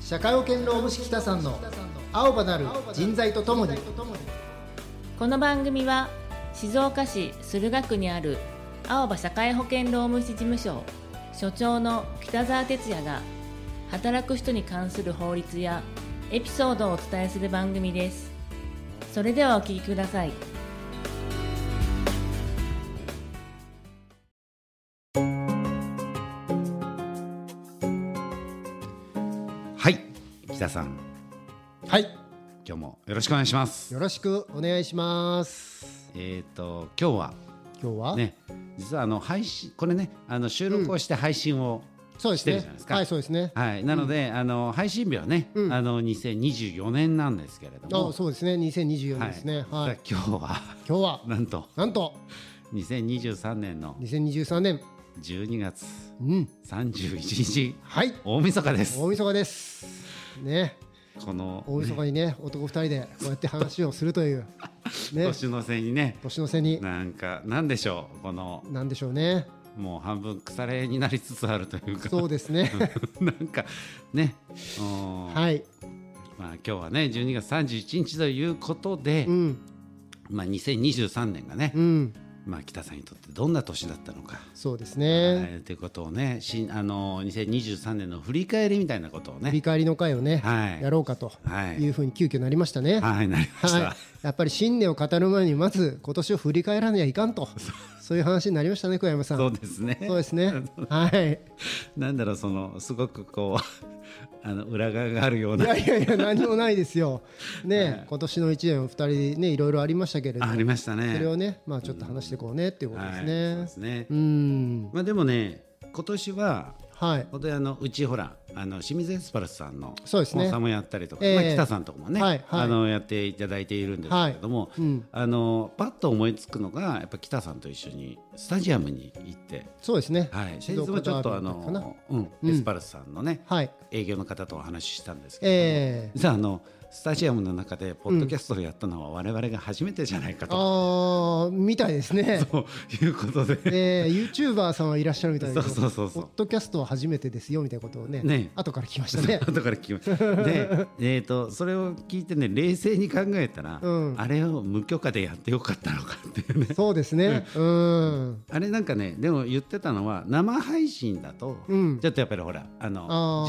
社会保険労務士北さんの青葉なる人材とともにこの番組は静岡市駿河区にある青葉社会保険労務士事務所所長の北澤哲也が働く人に関する法律やエピソードをお伝えする番組ですそれではお聞きくださいはい北さんはい今日もよろしくお願いしますよろしくお願いしますえっ、と今日は今日は、ね実はあの配信これねあの収録をして配信を、そうですしてるねじゃないですかはいそうですねはいなので、あの配信日はね、うんあの2024年なんですけれどもあそうですね2024年ですねはい、だから今日は 今日はなんとなんと2023年の2023年12月うん31日はい大晦日です大晦日ですねこの大晦日にね男二人でこうやって話をすると いうね年の瀬にね年の瀬になんかなんでしょうこのなんでしょうねもう半分腐れになりつつあるというかそうです ね なんかね、うんはいまあ今日はね12月31日ということで、うんまあ2023年がね、うんまあ北さんにとってどんな年だったのか。そうですねはいということをね、しあの2023年の振り返りみたいなことを振りね、返りの会をねはいやろうかとはいいうふうに急遽なりましたねはいなりました。はい、やっぱり新年を語る前にまず今年を振り返らにはいかん とそういう話になりましたね小山さんそうですね。 そうです ねはいなんだろうそのすごくこう あの裏側があるよういなやいやいや何もないですよね、はい今年の一年を二人ねいろいろありましたけれどあありましたね。それをねまあちょっと話していこうねっていうことですはいね、そうですね。うんまあでもね、今年ははい本当にあのうちほらあの清水エスパルスさんのそうですねさんもやったりとか、ええまあ、北さんとかもね、はいはいあのやっていただいているんですけれども、いうんあのパッと思いつくのがやっぱ北さんと一緒にスタジアムに行って、そうですねはい、先静日岡もちょっとダーあビーかなの、うんうんエスパルスさんのね、はい営業の方とお話ししたんですけれども、ええ実はあのスタジアムの中でポッドキャストをやったのは我々が初めてじゃないかと、あーみたいです ねということで、えー、ユーチューバーさんはいらっしゃるみたいなそうそうそうそうポッドキャストは初めてですよみたいなことをねね後から聞きましたね後から聞きました。で、えっ、と、それを聞いてね、冷静に考えたら、うんあれを無許可でやってよかったのかっていうね。そうですねうんあれなんかね、でも言ってたのは、生配信だと、うんちょっとやっぱりほら、ああの、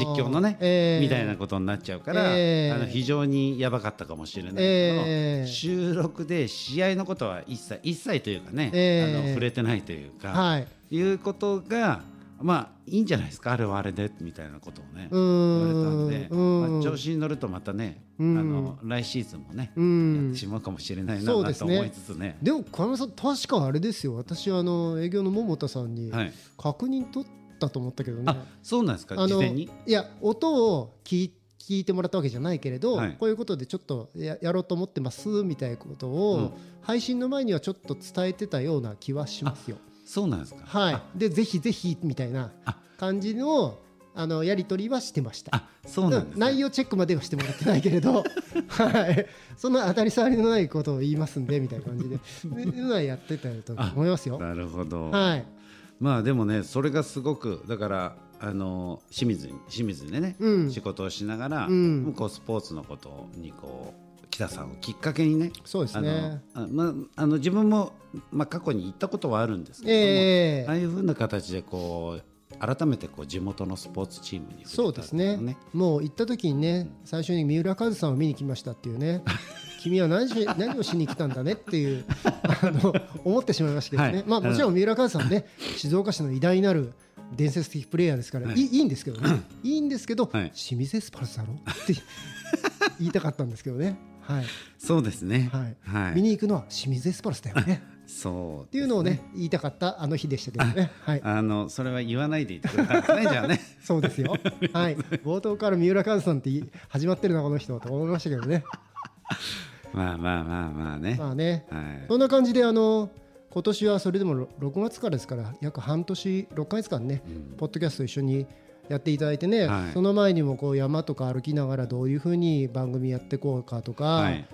ー実況のね、えーみたいなことになっちゃうから、えーあの非常にやばかったかもしれないけど、えー収録で試合のことは一切、一切というかね、えーあの触れてないというか、はいいうことが、まあ、いいんじゃないですか、あれはあれで、みたいなことをね。う言われたんんで、うんまあ、調子に乗るとまたね、うんあの来シーズンもね、うんやってしまうかもしれないな,、そうでなすとね思いつつね。でも小山さん確かあれですよ私あの営業の桃田さんにはい、確認取ったと思ったけどね、あそうなんですか、事の前にい。や音を聞い聞いてもらったわけじゃないけれど、はいこういうことでちょっとややろうと思ってますみたいなことを、うん配信の前にはちょっと伝えてたような気はしますよ。そうなんですか。はあい、でぜひぜひみたいなあ感じのあのやり取りはしてました。あそうなんです、うん内容チェックまではしてもらってないけれ ど、はい、その当たり障りのないことを言いますんでみたいな感じで、でいうのはやってたと思いますよ。なるほど。はい、まあでもね、それがすごくだから。あの清水に清水でね、うん仕事をしながら、うんもうこうスポーツのことにこう北さんをきっかけにねそうですね。あのあまあ、あの自分も、まあ、過去に行ったことはあるんですけども、ええああいうふうな形でこう改めてこう地元のスポーツチームに触そうれたでんすねもう行った時にね、最初に三浦和さんを見に来ましたっていうね 君は何し何をしに来たんだねっていうあの思ってしまいましたけどね、はいまあ、もちろん三浦和さんね静岡市の偉大なる伝説的プレイヤーですから、いい、いいんですけど ねいいんですけど、はい清水エスパルスだろって言いたかったんですけどね、はいそうですねはいはい、見に行くのは清水エスパルスだよねそうっっていうのをね言いたかったあの日でしたけど ね。はいあのそれは言わないでいてくださいねじゃ あねそうです よ。はい。冒頭から三浦和さんってい始まってるな、この人と思いましたけどね。まあまあまあまあね、まあね。はいそんな感じで、あの、今年はそれでもろ6月からですから、約半年、6ヶ月間ね、ポッドキャスト一緒にやっていただいてね、はいその前にもこう山とか歩きながらどういうふうに番組やっていこうかとか、はい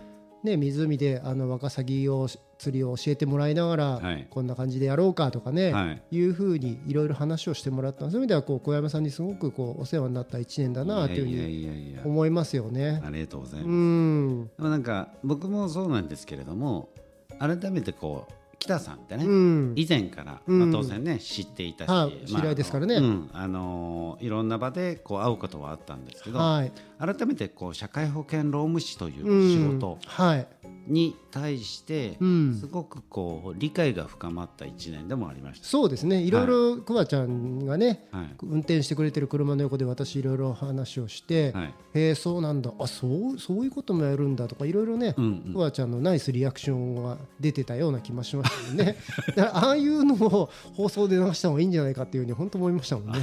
ね、湖であのワカサギを釣りを教えてもらいながら、はいこんな感じでやろうかとかね、、はいうふうにいろいろ話をしてもらったそういう意味ではこう小山さんにすごくこうお世話になった1年だなといういやふうにいやいやいや思いますよね。ありがとうございうます、んでもなんか僕もそうなんですけれども改めてこう北さんってね、うん以前から、うんまあ、当然ね知っていたし、はいまあ知り合いですからねあのうんあのーいろんな場でこう会うことはあったんですけど、はい改めてこう社会保険労務士といううん仕事はいに対して、うんすごくこう理解が深まった一年でもありました。そうですねいろいろくわちゃんがね、はい運転してくれてる車の横で私いろいろ話をして、はいへえそうなんだあそうそういうこともやるんだとかいろいろね、うんクワちゃんのナイスリアクションが出てたような気もしましたもん ねだからああいうのを放送で流した方がいいんじゃないかっていうふうに本当思いましたもん ね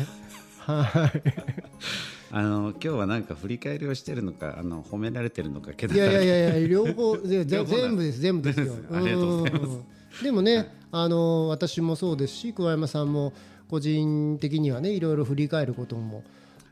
はいあの今日はなんか振り返りをしてるのかあの褒められてるのかけどいやいやいやいや両方で両方だ全部です全部ですよ全部ですありがとうございますんでもねあの私もそうですし桑山さんも個人的にはねいろいろ振り返ることも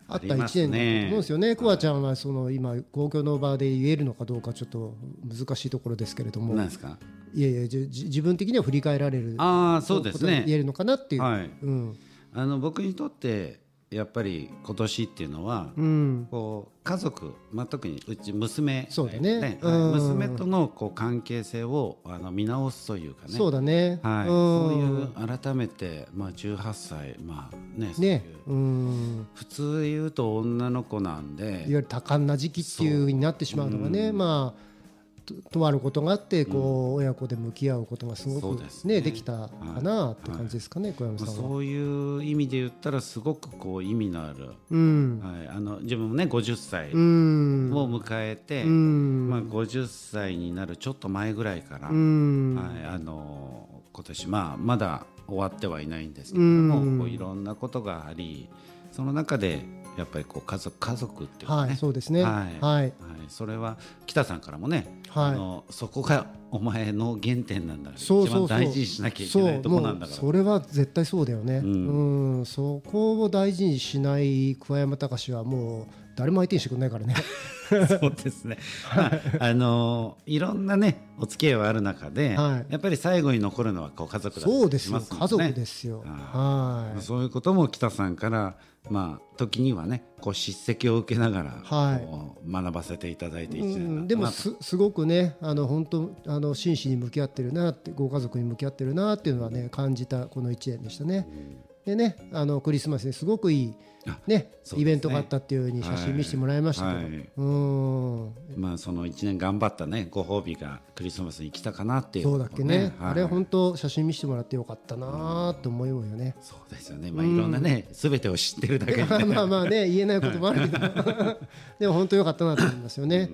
あった1あります年だったと思ねうんですよね。桑ちゃんはその今公共の場で言えるのかどうかちょっと難しいところですけれどもなんですかいやいやじじ自分的には振り返られるああそうでこすとが言えねるのかなっていう、はいうんあの僕にとってやっぱり今年っていうのは、うんこう家族、まあ、特にうち娘そうだねはいうん娘とのこう関係性をあの見直すというかねそうだね、はうんい、そういう改めて、まあ、18歳まあねそういうねうん普通言うと女の子なんいでわゆる多感な時期っていう風になってしまうのがね、まあととあることがあってこう、親子で向き合うことがすごそうくですねねできたかなって感じですかね、小山まあさんは。そういう意味で言ったらすごくこう意味のある、うん、はい、あの自分もね50歳うをん、迎えて、うん、まあ、50歳になるちょっと前ぐらいから、うん、はい、あの今年、まあ、まだ終わってはいないんですけれどうんもこういろんなことがありその中でやっぱりこう家族家族っていうかはね、い、そうですね。はいはい、はいそれは北さんからもね、はいあのそこがお前の原点なんだそうそうそう一番大事にしなきゃいけないとこなんだかそうらもうそれは絶対そうだよね、ううんそこを大事にしない桑山隆はもう誰も相手にしてくれないからね そうですね、まあ、あのいろんなねお付き合いはある中で、はいやっぱり最後に残るのはこう家族だったりそうですよ、しま家もんね族ですよあはいそういうことも北さんから、まあ、時にはねこう叱責を受けながら、はいこう学ばせていただいて一う年だん、ったでもなとすすごくねあの本当あの真摯に向き合ってるなってご家族に向き合ってるなっていうのはね感じたこの1年でしたね。でねあのクリスマスにすごくいいあ、ねそうですねイベントがあったっていうふうに写は真い見せてもらいましたけど、はいうーんまあ、その一年頑張ったねご褒美がクリスマスに来たかなっていうそうのだも、っけね、はいあれ本当写真見せてもらってよかったなーと思うよね、そうですよね、まあ、いろんなねすべ、てを知ってるだけ で、まあまあまあね言えないこともあるけど でも本当良かったなと思いますよね。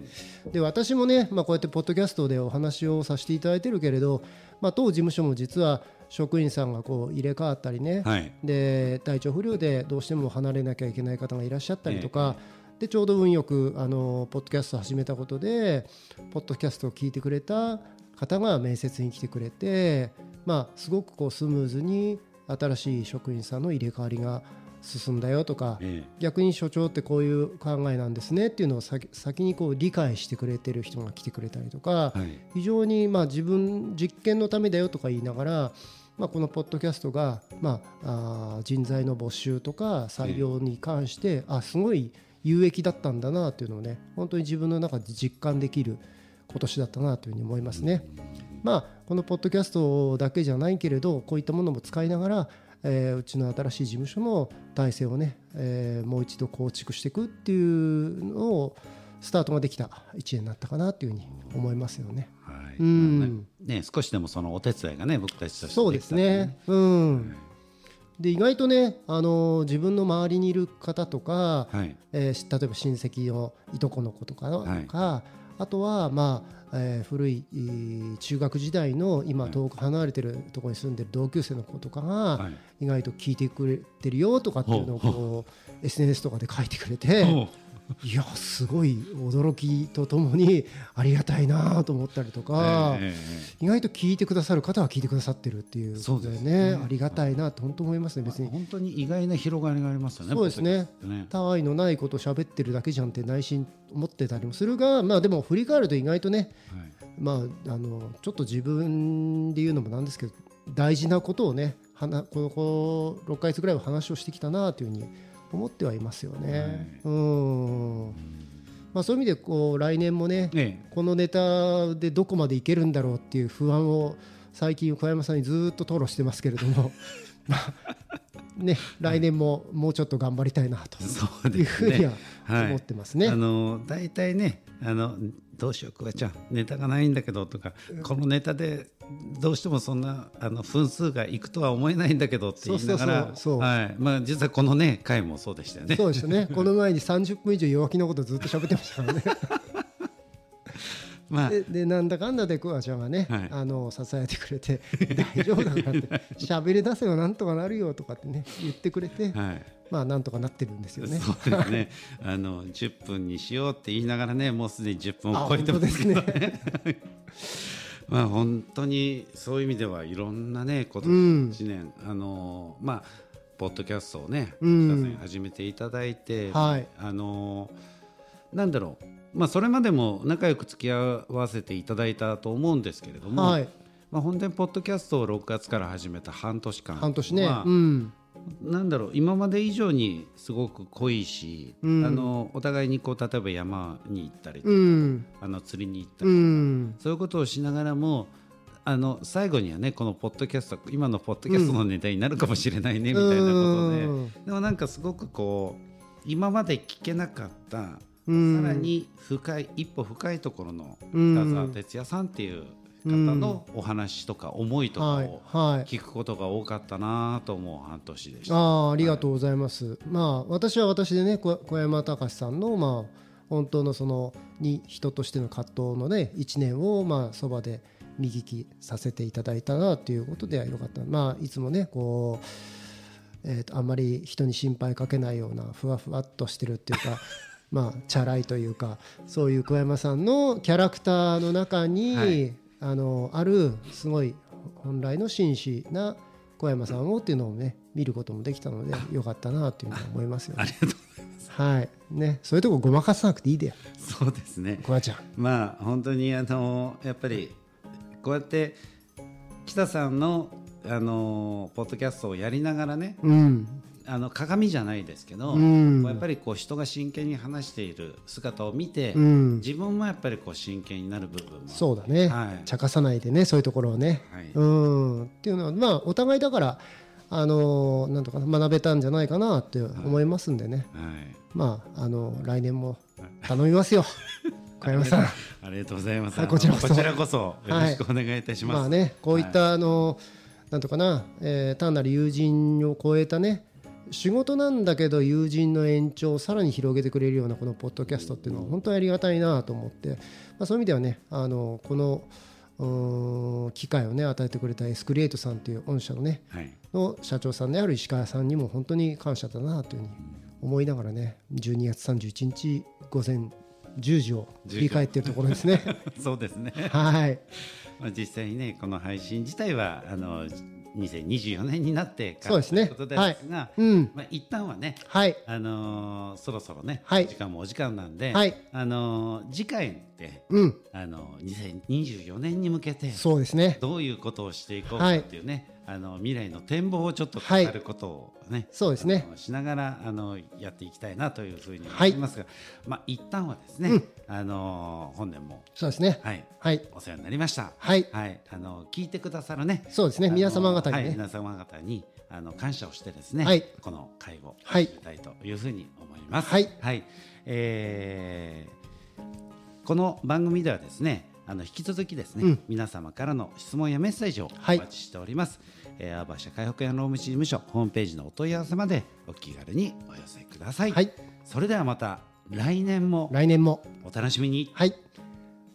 で私もね、まあ、こうやってポッドキャストでお話をさせていただいてるけれど、まあ、当事務所も実は職員さんがこう入れ替わったりね、はいで体調不良でどうしても離れなきゃいけない方がいらっしゃったりとか、でちょうど運よくあのポッドキャストを始めたことでポッドキャストを聞いてくれた方が面接に来てくれて、まあ、すごくこうスムーズに新しい職員さんの入れ替わりが進んだよとか、ええ逆に所長ってこういう考えなんですねっていうのを先先にこう理解してくれてる人が来てくれたりとか、はい非常にまあ自分実験のためだよとか言いながら、まあ、このポッドキャストが、まあ、あー人材の募集とか採用に関して、あすごい有益だったんだなというのをね本当に自分の中で実感できる今年だったなというふうに思いますね。まあ、このポッドキャストだけじゃないけれどこういったものも使いながら、えーうちの新しい事務所の体制をね、えーもう一度構築していくっていうのをスタートができた1年になったかなというふうに思いますよね。はいうんまあねね少しでもそのお手伝いがね僕たちとしてそうですね。うん。で意外とね、あの自分の周りにいる方とか、はいえーし例えば親戚のいとこの子とかはいとか、あとはまあ、えー古いえー中学時代の今はい遠く離れてるところに住んでる同級生の子とかが、はい意外と聞いてくれてるよとかっていうのをこう SNS とかで書いてくれて。おういやすごい驚きとともにありがたいなと思ったりとか、えええ意外と聞いてくださる方は聞いてくださってるっていうことでねそうですねありがたいなと本当思いますねえ別に本当に意外な広がりがありますよねそうですね僕たちねたわいのないことを喋ってるだけじゃんって内心思ってたりもするがまあでも振り返ると意外とねはいまあ、あのちょっと自分で言うのもなんですけど大事なことをねはなこのこの6ヶ月ぐらいは話をしてきたなというふうに思ってはいますよね。うんまあ、そういう意味でこう来年もねええこのネタでどこまでいけるんだろうっていう不安を最近小山さんにずっと討論してますけれど もまあね来年ももうちょっと頑張りたいなとそういうでふすうにねは。思ってますね。あの大体ねあのどうしようクワちゃんネタがないんだけどとか、このネタでどうしてもそんなあの分数がいくとは思えないんだけどって言いそうながそうらそうそうはいまあ実はこのね回もそうでしたよねそうでした ね。この前に30分以上弱気のことずっと喋ってましたからね。まあ ででなんだかんだでクワちゃんがね、はいあの支えてくれて大丈夫だからって喋り出せばなんとかなるよとかってね言ってくれて、はいまあなんとかなってるんですよね。そうですね。 あの10分にしようって言いながらね、もうすでに10分あを超えてますけど本当ね。 まあ本当にそういう意味ではいろんなね今うん年1年、あのまあポッドキャストをね、うん北さんに始めていただいて、はいあのなんだろう。まあそれまでも仲良く付き合わせていただいたと思うんですけれども、はい、まあ本当にポッドキャストを6月から始めた半年間は半年ね、うん、なんだろう今まで以上にすごく濃いし、うんあのお互いにこう例えば山に行ったり、うん、あの釣りに行ったり、うん、そういうことをしながらもあの最後にはねこのポッドキャスト今のポッドキャストのネタになるかもしれないね、みたいなことで、うんでもなんかすごくこう今まで聞けなかった、うんさらに深い一歩深いところのうん北澤哲也さんっていう方のお話とか思いとかはいを、はい。聞くことが多かったなと思う半年でした。ああありがとうございます、まあ私は私でねこ小山隆さんのまあ本当のそのに人としての葛藤のね1年をまあそばで見聞きさせていただいたなということでよかったまあいつもねこうえーとあんまり人に心配かけないようなふわふわっとしてるっていう かまあチャラいというかそういう桑山さんのキャラクターの中に、はいあのあるすごい本来の紳士な桑山さんをっていうのをね見ることもできたのでよかったなっていうふうに思いますよ、あねり、がとうございまはいねそういうとこごまかさなくていいだよす。そうですね。桑ちゃんまあ本当にあのやっぱりこうやって北さんのあのポッドキャストをやりながらね、うんあの鏡じゃないですけど、うんこうやっぱりこう人が真剣に話している姿を見て、うん自分もやっぱりこう真剣になる部分もそうだね、はい茶化さないでねそういうところをね、はいうんっていうのはまあお互いだからあのーなんとかな学べたんじゃないかなって思いますんでね、はい。まああの来年も頼みますよ小山さんありがとうございます。はいこちらこそあのこちらこそよろしくお願いいたします。まあねこういっはたあの、なんとかな、えー単なる友人を超えたね仕事なんだけど友人の延長をさらに広げてくれるようなこのポッドキャストっていうのは本当にありがたいなと思って、まあ、そういう意味ではねあのこのうーん機会をね与えてくれたエスクリエイトさんという御社のねい、はい の社長さんである石川さんにも本当に感謝だなというふうに思いながらね12月31日午前10時を振り返っているところですね。そうですね。 はいまあ、実際にねこの配信自体はあの2024年になってからそうですねということですが、うんまあ、一旦はね、はいあのーそろそろね、はい時間もお時間なんで、はいあのー次回って、うんあのー、2024年に向けてそうですねどういうことをしていこうはかいっていうね、あの未来の展望をちょっと語はいることをね、そうですねあのしながらあのやっていきたいなというふうには思いいますが、まあ一旦はですね、あのー本年もそうですね。はいはい。お世話になりました。はいはい、あの聞いてくださるね。そうですねあの皆様方にねはい、皆様方にあの感謝をしてですね。はいこの会をはい始めたいというふうに思います。はいはい、えーこの番組ではですね。あの引き続きですね、うん皆様からの質問やメッセージをおはい待ちしております。えー、アーバー社会保険労務士事務所ホームページのお問い合わせまでお気軽にお寄せください。はい。それではまた来年も来年も。お楽しみに。はい。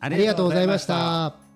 あありがとうございまし。りがとうございました